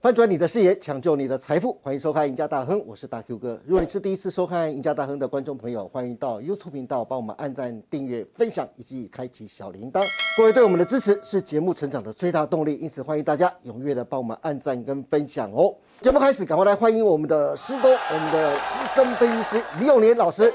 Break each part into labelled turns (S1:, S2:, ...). S1: 翻转你的视野，抢救你的财富，欢迎收看《赢家大亨》，我是大 Q 哥。如果你是第一次收看《赢家大亨》的观众朋友，欢迎到 YouTube 频道帮我们按赞、订阅、分享以及开启小铃铛。各位对我们的支持是节目成长的最大动力，因此欢迎大家踊跃的帮我们按赞跟分享哦。节目开始，赶快来欢迎我们的师公，我们的资深分析师李永年老师。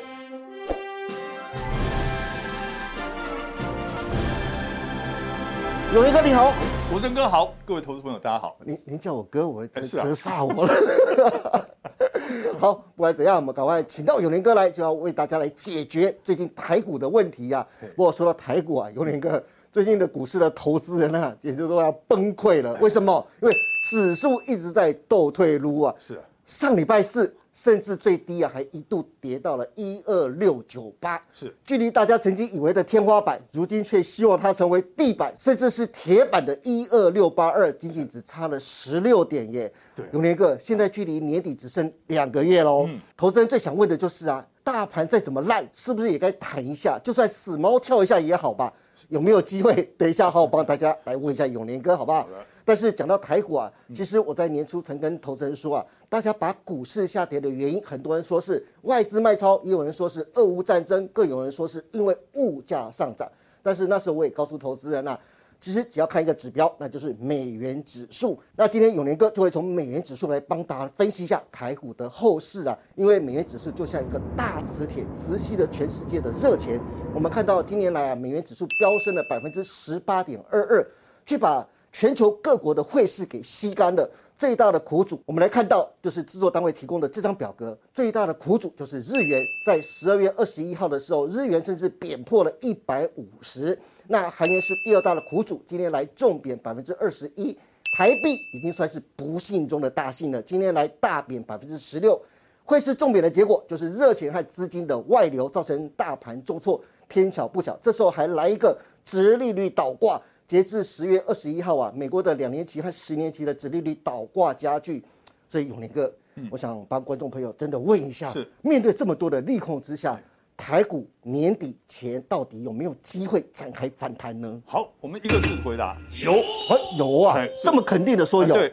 S1: 永年哥你好。
S2: 国珍哥好，各位投资朋友大家好。
S1: 您您叫我哥，我折
S2: 哎是啊
S1: 折煞我了。 好，不管怎样，我们赶快请到永年哥来，就要为大家来解决最近台股的问题呀、啊。不过说到台股啊，永年哥最近的股市的投资人啊，也就都要崩溃了。为什么？因为指数一直在斗退撸啊。
S2: 是啊
S1: 上礼拜四甚至最低啊，还一度跌到了一二六九八，
S2: 是
S1: 距离大家曾经以为的天花板，如今却希望它成为地板，甚至是铁板的一二六八二，仅仅只差了十六点耶。
S2: 对嗯
S1: 永年哥，现在距离年底只剩两个月喽。投资人最想问的就是啊，大盘再怎么烂，是不是也该谈一下？就算死猫跳一下也好吧。有没有机会？等一下好，我帮大家来问一下永年哥，好不好？但是讲到台股啊，其实我在年初曾跟投资人说啊，大家把股市下跌的原因，很多人说是外资卖超，也有人说是俄乌战争，更有人说是因为物价上涨。但是那时候我也告诉投资人啊，其实只要看一个指标，那就是美元指数。那今天永年哥就会从美元指数来帮大家分析一下台股的后市啊，因为美元指数就像一个大磁铁，磁吸了全世界的热钱。我们看到今年来啊，美元指数飙升了百分之十八点二二，却把全球各国的汇市给吸干了。最大的苦主，我们来看到就是制作单位提供的这张表格，最大的苦主就是日元，在十二月二十一号的时候，日元甚至贬破了一百五十。那韩元是第二大的苦主，今天来重贬百分之二十一，台币已经算是不幸中的大幸了，今天来大贬百分之十六。汇市重贬的结果就是热钱和资金的外流，造成大盘重挫。偏巧不巧，这时候还来一个直利率倒挂。截至十月二十一号啊，美国的两年期和十年期的直利率倒挂加剧，所以永年哥，我想帮观众朋友真的问一下
S2: 嗯是，
S1: 面对这么多的利空之下，台股年底前到底有没有机会展开反弹呢？
S2: 好，我们一个字回答，有。
S1: 哎，有啊
S2: 哎，是
S1: 这么肯定的说有，
S2: 对，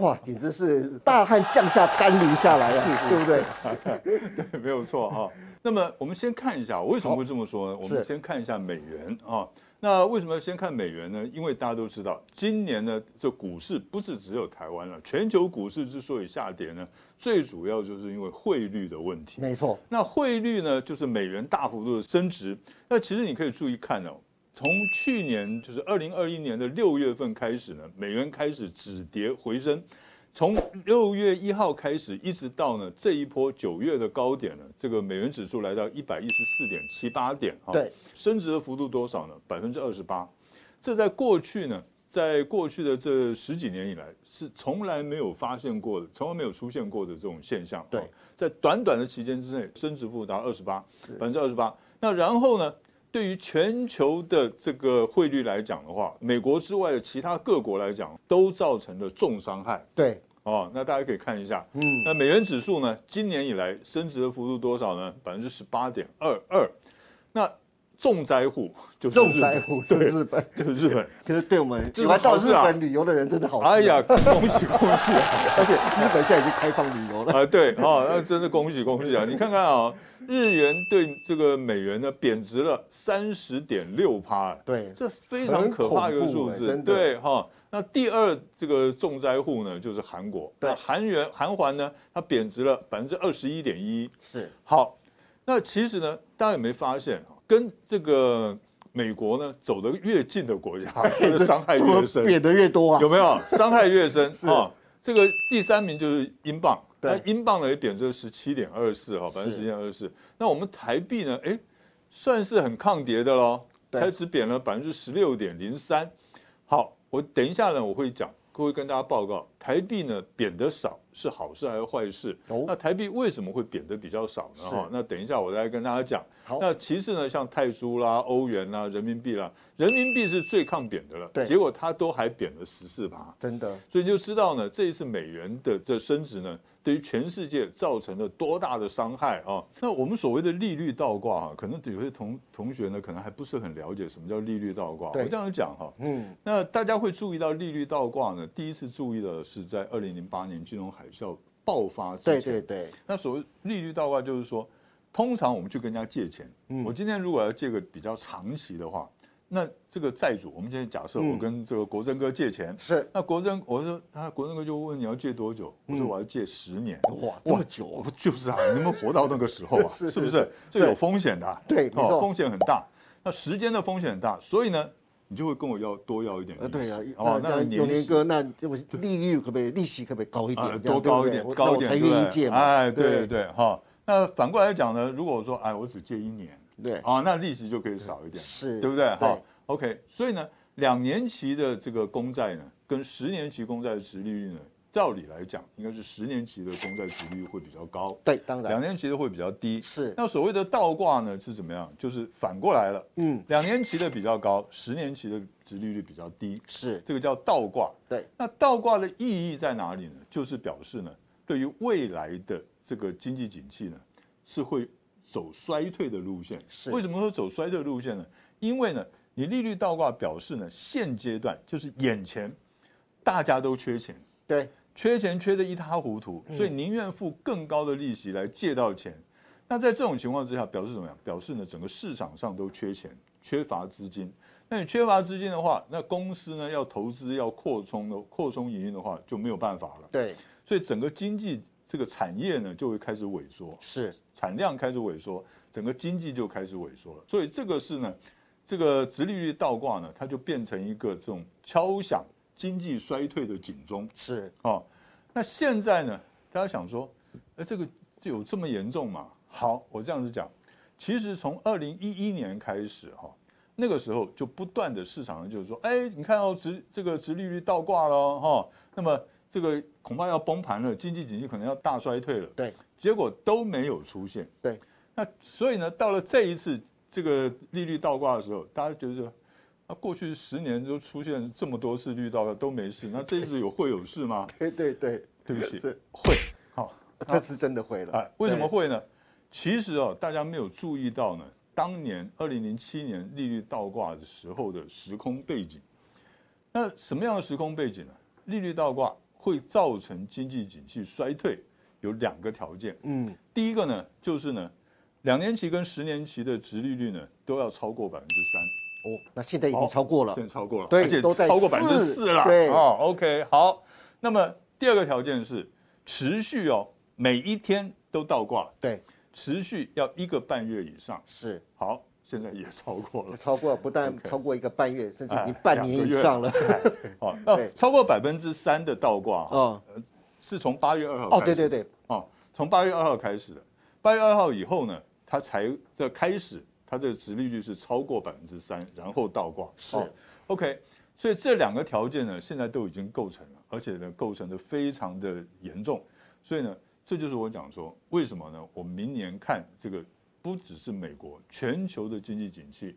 S1: 哇，简直是大汗降下甘霖下来啊，对不对？
S2: 对， 没有错哈、那么我们先看一下，我为什么会这么说呢？我
S1: 是
S2: 们先看一下美元啊。那为什么要先看美元呢？因为大家都知道，今年呢，这股市不是只有台湾了，全球股市之所以下跌呢，最主要就是因为汇率的问题。
S1: 没错，
S2: 那汇率呢，就是美元大幅度的升值。那其实你可以注意看哦，从去年就是二零二一年的六月份开始呢，美元开始止跌回升。从六月一号开始，一直到呢这一波九月的高点呢，这个美元指数来到一百一十四点七八点啊，
S1: 对，
S2: 升值的幅度多少呢？百分之二十八。这在过去呢，在过去的这十几年以来，是从来没有发现过的，从来没有出现过的这种现象。
S1: 对
S2: 哦在短短的期间之内，升值幅度达二十八，百分之二十八。那然后呢？对于全球的这个汇率来讲的话，美国之外的其他各国来讲，都造成了重伤害。
S1: 对，
S2: 哦，那大家可以看一下，
S1: 嗯
S2: 那美元指数呢，今年以来升值的幅度多少呢？百分之十八点二二。那重灾户就是
S1: 重
S2: 日
S1: 灾
S2: 本，
S1: 户就是日本。
S2: 就是日本。
S1: 可是对我们喜
S2: 这是
S1: 欢到
S2: 好
S1: 日
S2: 事啊
S1: 本旅游的人真的好、啊。
S2: 哎 呀，，恭喜恭喜啊！
S1: 而且日本现在已经开放旅游了。
S2: 啊，对哦，那真的恭喜恭喜啊！你看看啊、日元对这个美元呢贬值了三十点六趴，哎
S1: 对，
S2: 这非常可怕的一个数
S1: 很恐
S2: 字，
S1: 怖哎真的
S2: 对哈、那第二这个重灾户呢，就是韩国。
S1: 对
S2: 那韩元韩环呢，它贬值了百分之二十一点一。
S1: 是
S2: 好，那其实呢，大家有没有发现啊，跟这个美国呢走得越近 的国家，它的伤害
S1: 怎么
S2: 越深，
S1: 贬得越多啊？
S2: 有没有？伤害越深
S1: 是
S2: 啊。这个第三名就是英镑，
S1: 对
S2: 那英镑呢也贬值了十七点二四哦哈，百分之十七点二四。那我们台币呢？哎，算是很抗跌的喽，
S1: 对
S2: 才只贬了百分之十六点零三。好，我等一下呢，我会讲，会跟大家报告，台币呢贬得少是好事还是坏事？
S1: 哦
S2: 那台币为什么会贬得比较少呢？
S1: 是
S2: 哈，那等一下我再跟大家讲。
S1: 好
S2: 那其次呢，像泰铢啦、欧元啦、人民币啦，人民币是最抗贬的了，
S1: 对
S2: 结果它都还贬了十四趴。
S1: 真的
S2: 所以你就知道呢，这一次美元的这升值呢，对于全世界造成了多大的伤害啊？那我们所谓的利率倒挂啊，可能有些同同学呢，可能还不是很了解什么叫利率倒挂。我
S1: 对
S2: 这样讲哈、
S1: 嗯，
S2: 那大家会注意到利率倒挂呢，第一次注意到的是在二零零八年金融海啸爆发之
S1: 对
S2: 前。
S1: 对对，
S2: 那所谓利率倒挂，就是说，通常我们去跟人家借钱，
S1: 嗯
S2: 我今天如果要借个比较长期的话，那这个债主，我们今天假设
S1: 嗯
S2: 我跟这个国珍哥借钱，
S1: 是
S2: 那国珍，我说他国珍哥就问你要借多久？我
S1: 嗯
S2: 说我要借十年。
S1: 哇，这么久
S2: 我
S1: 啊，
S2: 不就是啊，你能不能活到那个时候 啊？
S1: 是
S2: 是不
S1: 是
S2: 是
S1: 是？
S2: 这有
S1: 对
S2: 风险的啊、
S1: 对没错
S2: 风险很大。那时间的风险很大，所以呢，你就会跟我要多要一点利
S1: 呃，
S2: 息。
S1: 对啊，
S2: 哦，那
S1: 那永
S2: 年
S1: 年
S2: 息
S1: 哥，那这个利率可不可以，利息可不可以高一
S2: 啊，
S1: 点？这
S2: 多
S1: 样
S2: 高
S1: 对
S2: 一点
S1: 不，对我
S2: 高
S1: 那我
S2: 一点，
S1: 才
S2: 对不
S1: 愿意
S2: 对
S1: 借嘛。
S2: 哎，对对对，哈。那反过来讲呢，如果我说，哎，我只借一年，
S1: 对
S2: 啊，那利息就可以少一点，
S1: 是
S2: 对不对？
S1: 对
S2: 哈，OK。所以呢，两年期的这个公债呢，跟十年期公债的殖利率呢，照理来讲，应该是十年期的公债殖利率会比较高，
S1: 对，当
S2: 两
S1: 然
S2: 年期的会比较低。
S1: 是
S2: 那所谓的倒挂呢是怎么样？就是反过来了，
S1: 嗯，
S2: 两年期的比较高，十年期的殖利率比较低，
S1: 是，
S2: 这个叫倒挂。
S1: 对，
S2: 那倒挂的意义在哪里呢？就是表示呢，对于未来的这个经济景气呢，是会走衰退的路线。
S1: 是
S2: 为什么说走衰退的路线呢？因为呢，你利率倒挂表示呢，现阶段就是眼前大家都缺钱，
S1: 对，
S2: 缺钱缺得一塌糊涂，所以宁愿付更高的利息来借到钱。那在这种情况之下，表示怎么样？表示呢，整个市场上都缺钱，缺乏资金。那你缺乏资金的话，那公司呢要投资要扩充的扩充营运的话就没有办法了，
S1: 对，
S2: 所以整个经济这个产业呢就会开始萎缩。
S1: 是，
S2: 产量开始萎缩，整个经济就开始萎缩了。所以这个是呢，这个直利率倒挂呢，它就变成一个这种敲响经济衰退的警钟
S1: 是，
S2: 哦。那现在呢，大家想说，哎，这个就有这么严重吗？好，我这样子讲，其实从二零一一年开始哈、那个时候就不断的市场上就是说，哎，你看到、哦、值这个值利率倒挂了哦哈、那么这个恐怕要崩盘了，经济景气可能要大衰退了。
S1: 对，
S2: 结果都没有出现。
S1: 对，
S2: 那所以呢，到了这一次这个利率倒挂的时候，大家觉得说，啊，过去十年都出现这么多次利率倒挂都没事，那这一次有会有事吗？
S1: 对对对，
S2: 对不起
S1: 是，
S2: 会，好
S1: 这次真的会了。
S2: 啊，为什
S1: 对？哦
S2: 么会呢？其实哦，大家没有注意到呢，当年二零零七年利率倒挂的时候的时空背景。那什么样的时空背景呢？利率倒挂会造成经济景气衰退，有两个条件。
S1: 嗯，
S2: 第一个呢，就是呢，两年期跟十年期的殖利率呢，都要超过百分之三，
S1: 哦，那现在已经超过了
S2: 现。在超过了，
S1: 对
S2: 而且
S1: 都在
S2: 超过百分之四
S1: 4%
S2: 了。
S1: 对
S2: 哦，OK，好。那么第二个条件是持续哦，每一天都倒挂，
S1: 对，
S2: 持续要一个半月以上。
S1: 是
S2: 好，现在也超过了。
S1: 超过，不但
S2: OK
S1: 超过一个半月，甚至已经
S2: 哎
S1: 半年以上了。
S2: 哦，那
S1: 对
S2: 超过百分之三的倒挂哦
S1: 哦
S2: 是从八月二号
S1: 哦，
S2: 开
S1: 对
S2: 始
S1: 对对，
S2: 哦，从八月二号开始的，八月二号以后呢，它才这开始，它这个殖利率是超过百分之三，然后倒挂。
S1: 是
S2: 哦 OK，所以这两个条件呢，现在都已经构成了，而且呢，构成的非常的严重。所以呢，这就是我讲说，为什么呢？我们明年看这个，不只是美国，全球的经济景气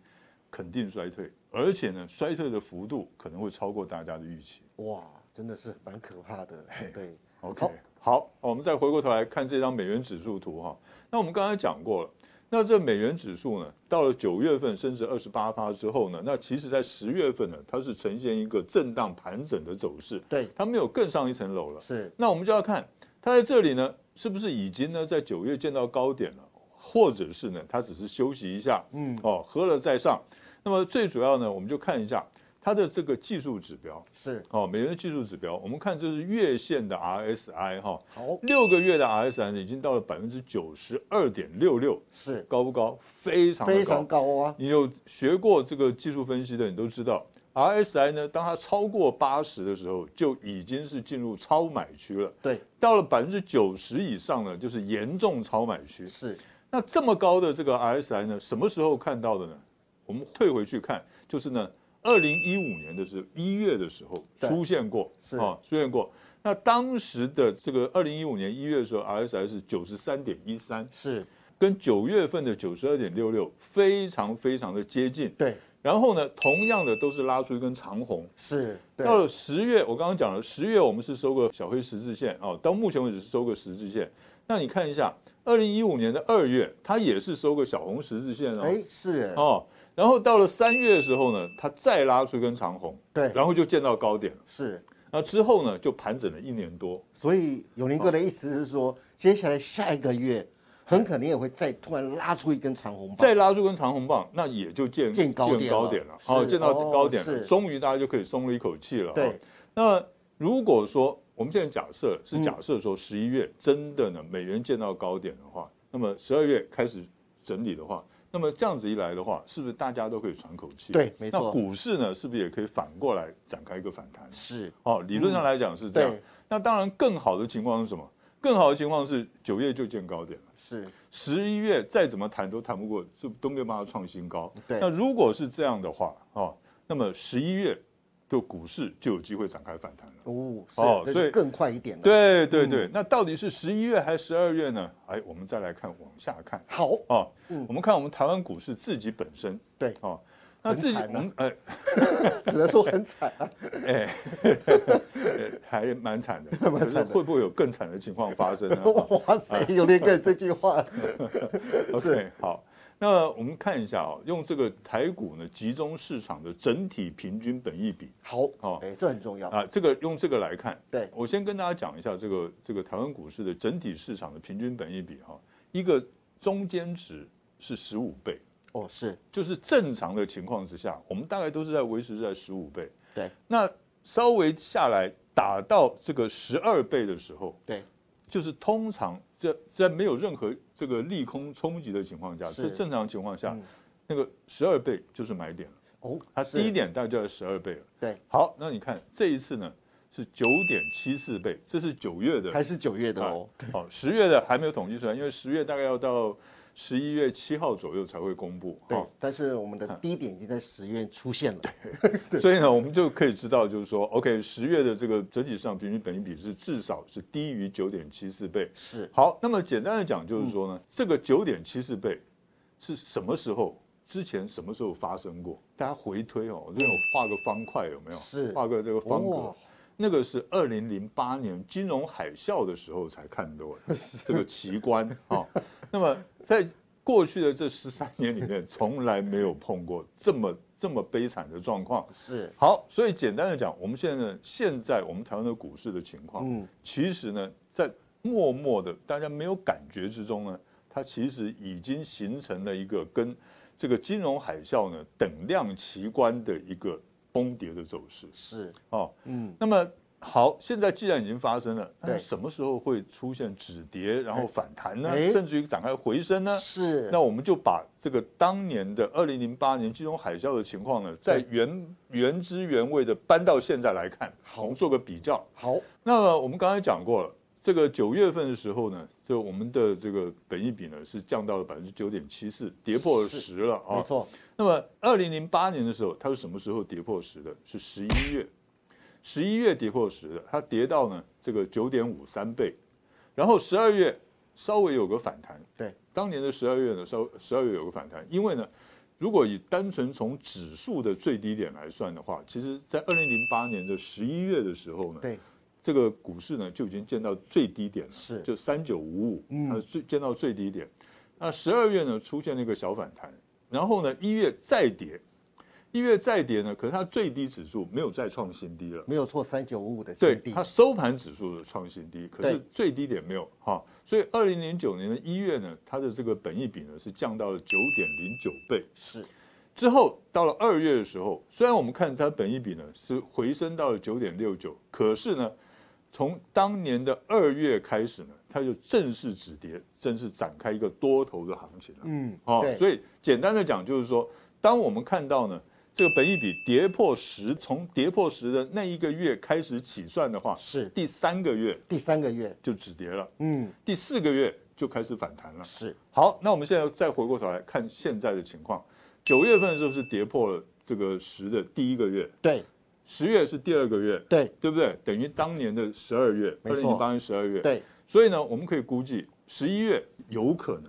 S2: 肯定衰退，而且呢，衰退的幅度可能会超过大家的预期。
S1: 哇，真的是蛮可怕的。对，
S2: OK，
S1: 好
S2: 好，我们再回过头来看这张美元指数图哈。那我们刚才讲过了，那这美元指数呢，到了九月份升至二十八趴之后呢，那其实在十月份呢，它是呈现一个震荡盘整的走势，
S1: 对，
S2: 它没有更上一层楼了。
S1: 是，
S2: 那我们就要看它在这里呢，是不是已经呢在九月见到高点了，或者是呢它只是休息一下，嗯，哦，喝了再上。那么最主要呢，我们就看一下它的这个技术指标。
S1: 是，
S2: 哦，美元的技术指标，我们看这是月线的 RSI 哈、
S1: 好，
S2: 六个月的 RSI 呢已经到了百分之九十二点六六，
S1: 是
S2: 高不高？非常地
S1: 非常
S2: 高。
S1: 高啊。
S2: 你有学过这个技术分析的，你都知道 RSI 呢，当它超过八十的时候，就已经是进入超买区了。
S1: 对，
S2: 到了百分之九十以上呢，就是严重超买区。
S1: 是，
S2: 那这么高的这个 RSI 呢，什么时候看到的呢？我们退回去看，就是呢，二零一五年的是一月的时候
S1: 对
S2: 出现过，
S1: 是
S2: 啊，出现过。那当时的这个二零一五年一月的时候，RSI 是九十三点一三，
S1: 是，
S2: 跟九月份的九十二点六六非常非常的接近。
S1: 对，
S2: 然后呢，同样的都是拉出一根长红。
S1: 是，对，
S2: 到了十月，我刚刚讲了，十月我们是收个小黑十字线哦，到目前为止是收个十字线。那你看一下，二零一五年的二月，它也是收个小红十字线哦。
S1: 哎，是，
S2: 哦，然后到了三月的时候呢，它再拉出一根长红，
S1: 对，
S2: 然后就见到高点了。
S1: 是。
S2: 那之后呢，就盘整了一年多。
S1: 所以永林哥的意思是说，接下来下一个月很可能也会再突然拉出一根长红棒。
S2: 再拉出根长红棒，那也就见
S1: 见高点了
S2: 了，
S1: 是
S2: 好、见到高点
S1: 哦
S2: 了，
S1: 是
S2: 终于大家就可以松了一口气了。
S1: 对
S2: 哦，那如果说我们现在假设
S1: 嗯
S2: 是假设说十一月真的呢美元见到高点的话，那么十二月开始整理的话，那么这样子一来的话，是不是大家都可以喘口气？
S1: 对没错
S2: 那股市呢，是不是也可以反过来展开一个反弹？
S1: 是，嗯
S2: 哦，理论上来讲是这样
S1: 对。
S2: 那当然，更好的情况是什么？更好的情况是九月就见高点了。
S1: 是，
S2: 十一月再怎么谈都谈不过，就都没有办法创新高。
S1: 对
S2: 那如果是这样的话，哦，那么十一月就股市就有机会展开反弹了。
S1: 哦，是，
S2: 哦
S1: 那就
S2: 所以
S1: 更快一点了。，
S2: 对对对，
S1: 嗯
S2: 那到底是十一月还是十二月呢？哎，我们再来看往下看
S1: 好，
S2: 哦，
S1: 嗯
S2: 我们看我们台湾股市自己本身
S1: 对，
S2: 哦，那
S1: 很
S2: 自己
S1: 惨啊
S2: 我们哎
S1: 只能说很惨啊。
S2: 哎，还蛮惨的，
S1: 蛮惨的？
S2: 可是会不会有更惨的情况发生呢
S1: 哇塞，永林哥这句话
S2: OK，好，那我们看一下哦，用这个台股呢集中市场的整体平均本益比
S1: 好，
S2: 哦
S1: 哎，这很重要。
S2: 啊，这个用这个来看，
S1: 对，
S2: 我先跟大家讲一下这个这个台湾股市的整体市场的平均本益比哈、一个中间值是十五倍，
S1: 哦，是，
S2: 就是正常的情况之下，我们大概都是在维持在十五倍，
S1: 对，
S2: 那稍微下来打到这个十二倍的时候，
S1: 对，
S2: 就是通常在在没有任何这个利空冲击的情况下，
S1: 是
S2: 是正常情况下
S1: 嗯，
S2: 那个十二倍就是买点了，
S1: 哦，
S2: 它
S1: 是
S2: 低，点大概就在十二倍了。
S1: 对，
S2: 好，那你看这一次呢是九点七四倍，这是九月的，
S1: 还是九月的哦。
S2: 啊好，十月的还没有统计出来，因为十月大概要到十一月七号左右才会公布。哦
S1: 对
S2: 好，，
S1: 但是我们
S2: 啊
S1: 的低点已经在十月出现了。
S2: 所以呢，我们就可以知道，就是说，OK，十月的这个整体市场平均本益比是至少是低于九点七四倍。
S1: 是，
S2: 好，那么简单的讲就是说呢，这个九点七四倍是什么时候？之前什么时候发生过？大家回推哦，我这边有画个方块有没有？
S1: 是
S2: 画个这个方格。
S1: 哦
S2: 那个是二零零八年金融海啸的时候才看到 的这个奇观哦。那么在过去的这十三年里面，从来没有碰过这么这么悲惨的状况。
S1: 是，
S2: 好，所以简单的讲，我们现在现在我们台湾的股市的情况，
S1: 嗯
S2: 其实呢，在默默的大家没有感觉之中呢，它其实已经形成了一个跟这个金融海啸呢等量齐观的一个崩跌的走势
S1: 是，
S2: 哦。
S1: 嗯，
S2: 那么好，现在既然已经发生了，那
S1: 对
S2: 什么时候会出现止跌，然后反弹呢？
S1: 哎
S2: 甚至于展开回升呢？
S1: 是，
S2: 啊那我们就把这个当年的二零零八年金融海啸的情况呢，在原原汁原味的搬到现在来看，
S1: 好
S2: 我们做个比较。
S1: 好，
S2: 那么我们刚才讲过了，这个九月份的时候呢，就我们的这个本益比呢是降到了百分之九点七四，跌破了
S1: 是
S2: 十了啊。
S1: 没错，
S2: 那么二零零八年的时候，它是什么时候跌破十的？是十一月，十一月跌破十的，它跌到呢这个九点五三倍，然后十二月稍微有个反弹。
S1: 对，
S2: 当年的十二月呢，稍十二月有个反弹，因为呢，如果以单纯从指数的最低点来算的话，其实在二零零八年的十一月的时候呢，
S1: 对，
S2: 这个股市呢就已经见到最低点了，
S1: 是嗯
S2: 就三九五五，它最见到最低点。那十二月呢出现了一个小反弹，然后呢一月再跌，一月再跌呢，可是它最低指数没有再创新低了。
S1: 没有错，三九五五的
S2: 对
S1: 新，低
S2: 它，收盘指数的创新低，可是
S1: 对
S2: 最低点没有哈，所以二零零九年的一月呢，它的这个本益比呢是降到了九点零九倍。
S1: 是，
S2: 之后到了二月的时候，虽然我们看它本益比呢是回升到了九点六九，可是呢，从当年的二月开始呢，它就正式止跌，正式展开一个多头的行情了。
S1: 嗯，
S2: 好、
S1: 对，
S2: 所以简单的讲就是说，当我们看到呢，这个本益比跌破十，从跌破十的那一个月开始起算的话，
S1: 是
S2: 第三个月
S1: 第三个月，
S2: 就止跌了，
S1: 嗯，
S2: 第四个月就开始反弹了。
S1: 是，
S2: 好，那我们现在再回过头来看现在的情况，九月份的时候是跌破了这个十的第一个月，
S1: 对，
S2: 十月是第二个月，
S1: 对，
S2: 对不对？等于当年的十二月，二
S1: 没
S2: 零
S1: 错
S2: 零八年十二月。
S1: 对，
S2: 所以呢，我们可以估计十一月有可能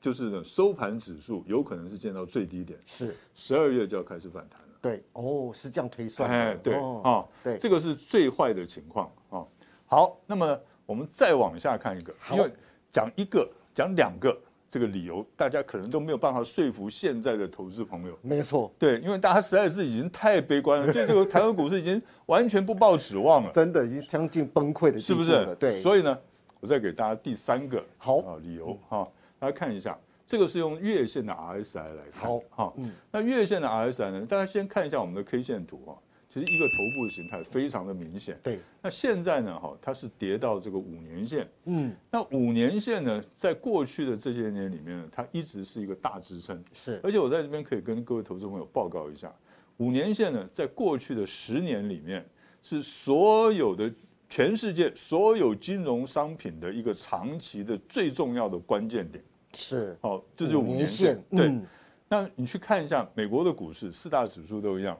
S2: 就就是呢收盘指数有可能是见到最低点，
S1: 是
S2: 十二月就要开始反弹了。
S1: 对哦，是这样推算的。
S2: 哎，对
S1: 哦
S2: 哦，
S1: 对
S2: 这个是最坏的情况哦。好，那么我们再往下看一个，因为讲一个，讲两个，这个理由大家可能都没有办法说服现在的投资朋友。
S1: 没错，
S2: 对，因为大家实在是已经太悲观了，对这个台湾股市已经完全不抱指望了，
S1: 真的已经将近崩溃的地
S2: 是不
S1: 步
S2: 是
S1: 了。？对，
S2: 所以呢，我再给大家第三个
S1: 好
S2: 啊理由哈、大家看一下，这个是用月线的 RSI 来看。
S1: 好嗯
S2: 哈、那月线的 RSI 呢，大家先看一下我们的 K 线图啊、其实一个头部的形态非常的明显。
S1: 对，
S2: 那现在呢，哈、它是跌到这个五年线。
S1: 嗯，
S2: 那五年线呢，在过去的这些年里面呢，它一直是一个大支撑。
S1: 是
S2: 而且我在这边可以跟各位投资朋友报告一下，五年线呢，在过去的十年里面，是所有的全世界所有金融商品的一个长期的最重要的关键点。
S1: 是
S2: 哦，这就是五年线。对，
S1: 嗯，
S2: 那你去看一下美国的股市，四大指数都一样，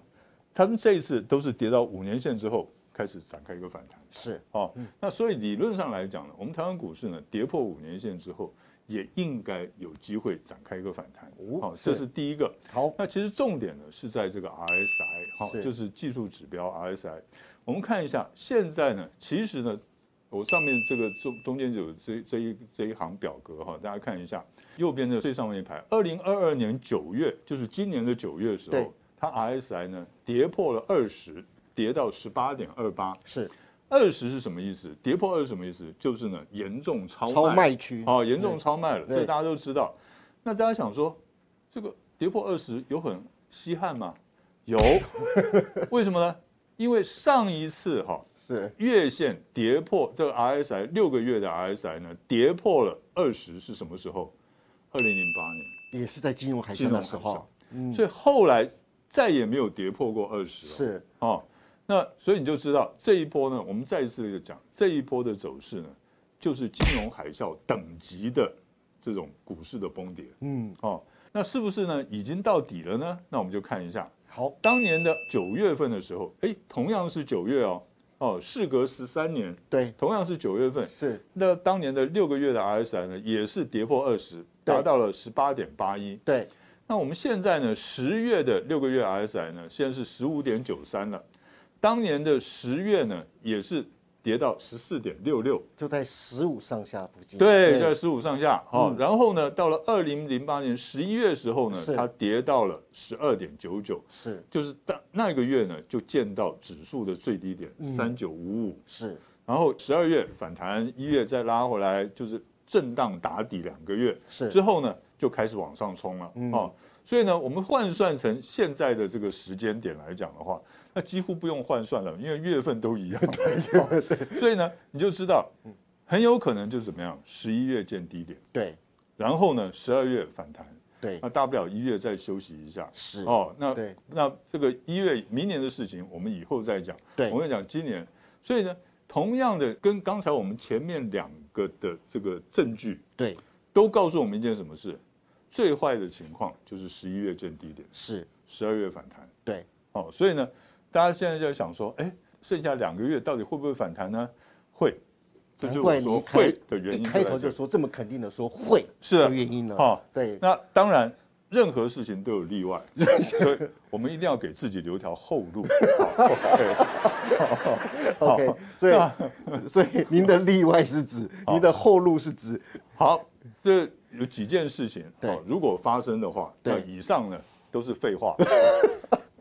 S2: 他们这一次都是跌到五年线之后开始展开一个反弹。
S1: 是
S2: 哦，那所以理论上来讲呢，我们台湾股市呢跌破五年线之后，也应该有机会展开一个反弹。
S1: 哦
S2: 好、这
S1: 是
S2: 是第一个。
S1: 好，
S2: 那其实重点呢是在这个 RSI 哈、
S1: 是
S2: 就是技术指标 RSI。我们看一下，现在呢，其实呢，我上面这个中中间有这这一这一行表格哈、大家看一下，右边的最上面一排，二零二二年九月，就是今年的九月的时
S1: 对
S2: 候，它 RSI 呢跌破了二十，跌到十八点二八。
S1: 是
S2: 二十是什么意思？跌破二十什么意思？就是呢，严重超卖，
S1: 超卖区
S2: 哦，严重超卖了，
S1: 对
S2: 这大家都知道。那大家想说，这个跌破二十有很稀罕吗？ 有，为什么呢？因为上一次哈、
S1: 是
S2: 月线跌破这个 RSI 六个月的 RSI 呢，跌破了二十是什么时候？二零零八年
S1: 也是在金融海
S2: 金
S1: 啸
S2: 融
S1: 的
S2: 海
S1: 时
S2: 啸
S1: 候，，
S2: 所以后来再也没有跌破过二十、哦。
S1: 是
S2: 哦，那所以你就知道这一波呢，我们再一次地讲这一波的走势呢，就是金融海啸等级的这种股市的崩跌。
S1: 嗯，
S2: 哦，那是不是呢？已经到底了呢？那我们就看一下
S1: 好
S2: 当年的九月份的时候，哎，同样是九月哦，哦，事隔十三年，
S1: 对
S2: 同样是九月份，
S1: 是
S2: 那当年的六个月的 RSI 呢，也是跌破二十，达到了十八点八一。
S1: 对
S2: 那我们现在呢，十月的六个月 RSI 呢，现在是十五点九三了，当年的十月呢，也是跌到十四点六六，
S1: 就在十五上下附近，
S2: 对，在十五上下。好、然后呢，到了二零零八年十一月时候呢
S1: 是，
S2: 它跌到了十二点九九，
S1: 是
S2: 就是当那个月呢，就见到指数的最低点三九五五，
S1: 是
S2: 然后十二月反弹，一月再拉回来，就是震荡打底两个月。之
S1: 是嗯
S2: 后呢，就开始往上冲了、哦。所以呢，我们换算成现在的这个时间点来讲的话，那几乎不用换算了，因为月份都一样。 对、所以呢，你就知道，很有可能就是怎么样，十一月见低点，
S1: 对
S2: 然后呢，十二月反弹，
S1: 对
S2: 那大不了一月再休息一下。
S1: 是
S2: 哦，那
S1: 对
S2: 那这个一月明年的事情，我们以后再讲。
S1: 对
S2: 我们讲今年，所以呢，同样的跟刚才我们前面两个的这个证据，
S1: 对
S2: 都告诉我们一件什么事：最坏的情况就是十一月见低点，
S1: 是
S2: 十二月反弹。
S1: 对
S2: 哦，所以呢，大家现在就在想说，哎，剩下两个月到底会不会反弹呢？会，这就
S1: 难怪你
S2: 是我
S1: 一
S2: 说
S1: 开
S2: 会的原因
S1: 一
S2: 在
S1: 开头
S2: 这
S1: 就
S2: 里
S1: 说这么肯定的说会
S2: 是的
S1: 原因呢？
S2: 哦
S1: 对，
S2: 那当然，任何事情都有例外，所以我们一定要给自己留条后路。
S1: OK，所 以 所以您的例外是指您的后路是指
S2: 好，这有几件事情，
S1: 对
S2: 哦，如果发生的话，
S1: 对
S2: 那以上呢都是废 话。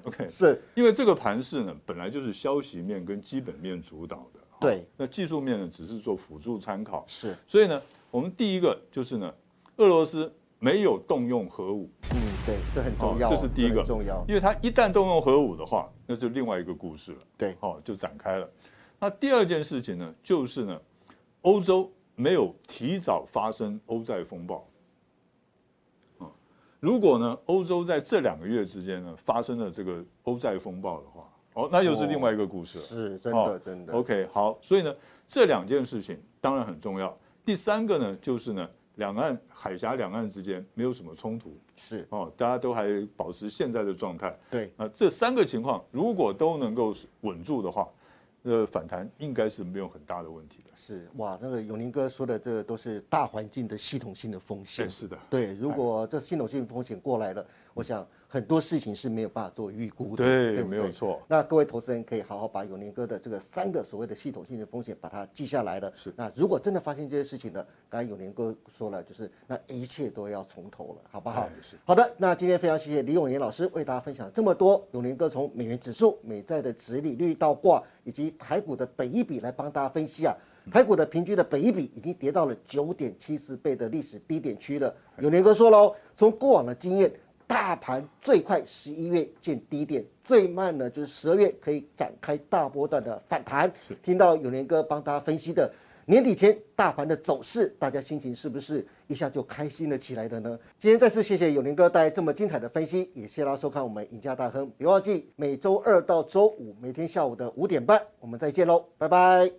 S2: OK，
S1: 是
S2: 因为这个盘势呢，本来就是消息面跟基本面主导的，哦
S1: 对
S2: 那技术面呢只是做辅助参考。
S1: 是
S2: 所以呢，我们第一个就是呢，俄罗斯没有动用核武，
S1: 嗯对，这很重要，
S2: 哦这是第一个
S1: 很重要，
S2: 因为它一旦动用核武的话，那就另外一个故事了，
S1: 对
S2: 哦，就展开了。那第二件事情呢，就是呢，欧洲没有提早发生欧债风暴。哦如果呢，欧洲在这两个月之间呢发生了这个欧债风暴的话，哦，那又是另外一个故事了。
S1: 是真
S2: 哦
S1: 的真的
S2: OK，好，所以呢，这两件事情当然很重要。第三个呢，就是呢，两岸海峡两岸之间没有什么冲突
S1: 是
S2: 哦，大家都还保持现在的状态。
S1: 对
S2: 那这三个情况如果都能够稳住的话，呃反弹应该是没有很大的问题的。
S1: 是哇，那个永宁哥说的，这个都是大环境的系统性的风险。
S2: 哎是的
S1: 对，如果这系统性风险过来了，我想很多事情是没有办法做预估的。
S2: 对
S1: 不
S2: 没有错
S1: 那各位投资人可以好好把永宁哥的这个三个所谓的系统性的风险把它记下来了。是。那如果真的发现这些事情呢，刚才永宁哥说了，就是那一切都要从头了，好不好
S2: 哎？是
S1: 好的，那今天非常谢谢李永年老师为大家分享了这么多，永年哥从美元指数、美债的殖利率到挂，以及台股的本益比来帮大家分析啊。
S2: 嗯
S1: 台股的平均的本益比已经跌到了九点七四倍的历史低点区了。永年哥说喽，从过往的经验，大盘最快十一月见低点，最慢呢就是十二月可以展开大波段的反弹。听到永年哥帮大家分析的。年底前大盘的走势，大家心情是不是一下就开心了起来了呢？今天再次谢谢永林哥带来这么精彩的分析，也谢谢大家收看我们赢家大亨。别忘记每周二到周五每天下午的五点半，我们再见喽，拜拜。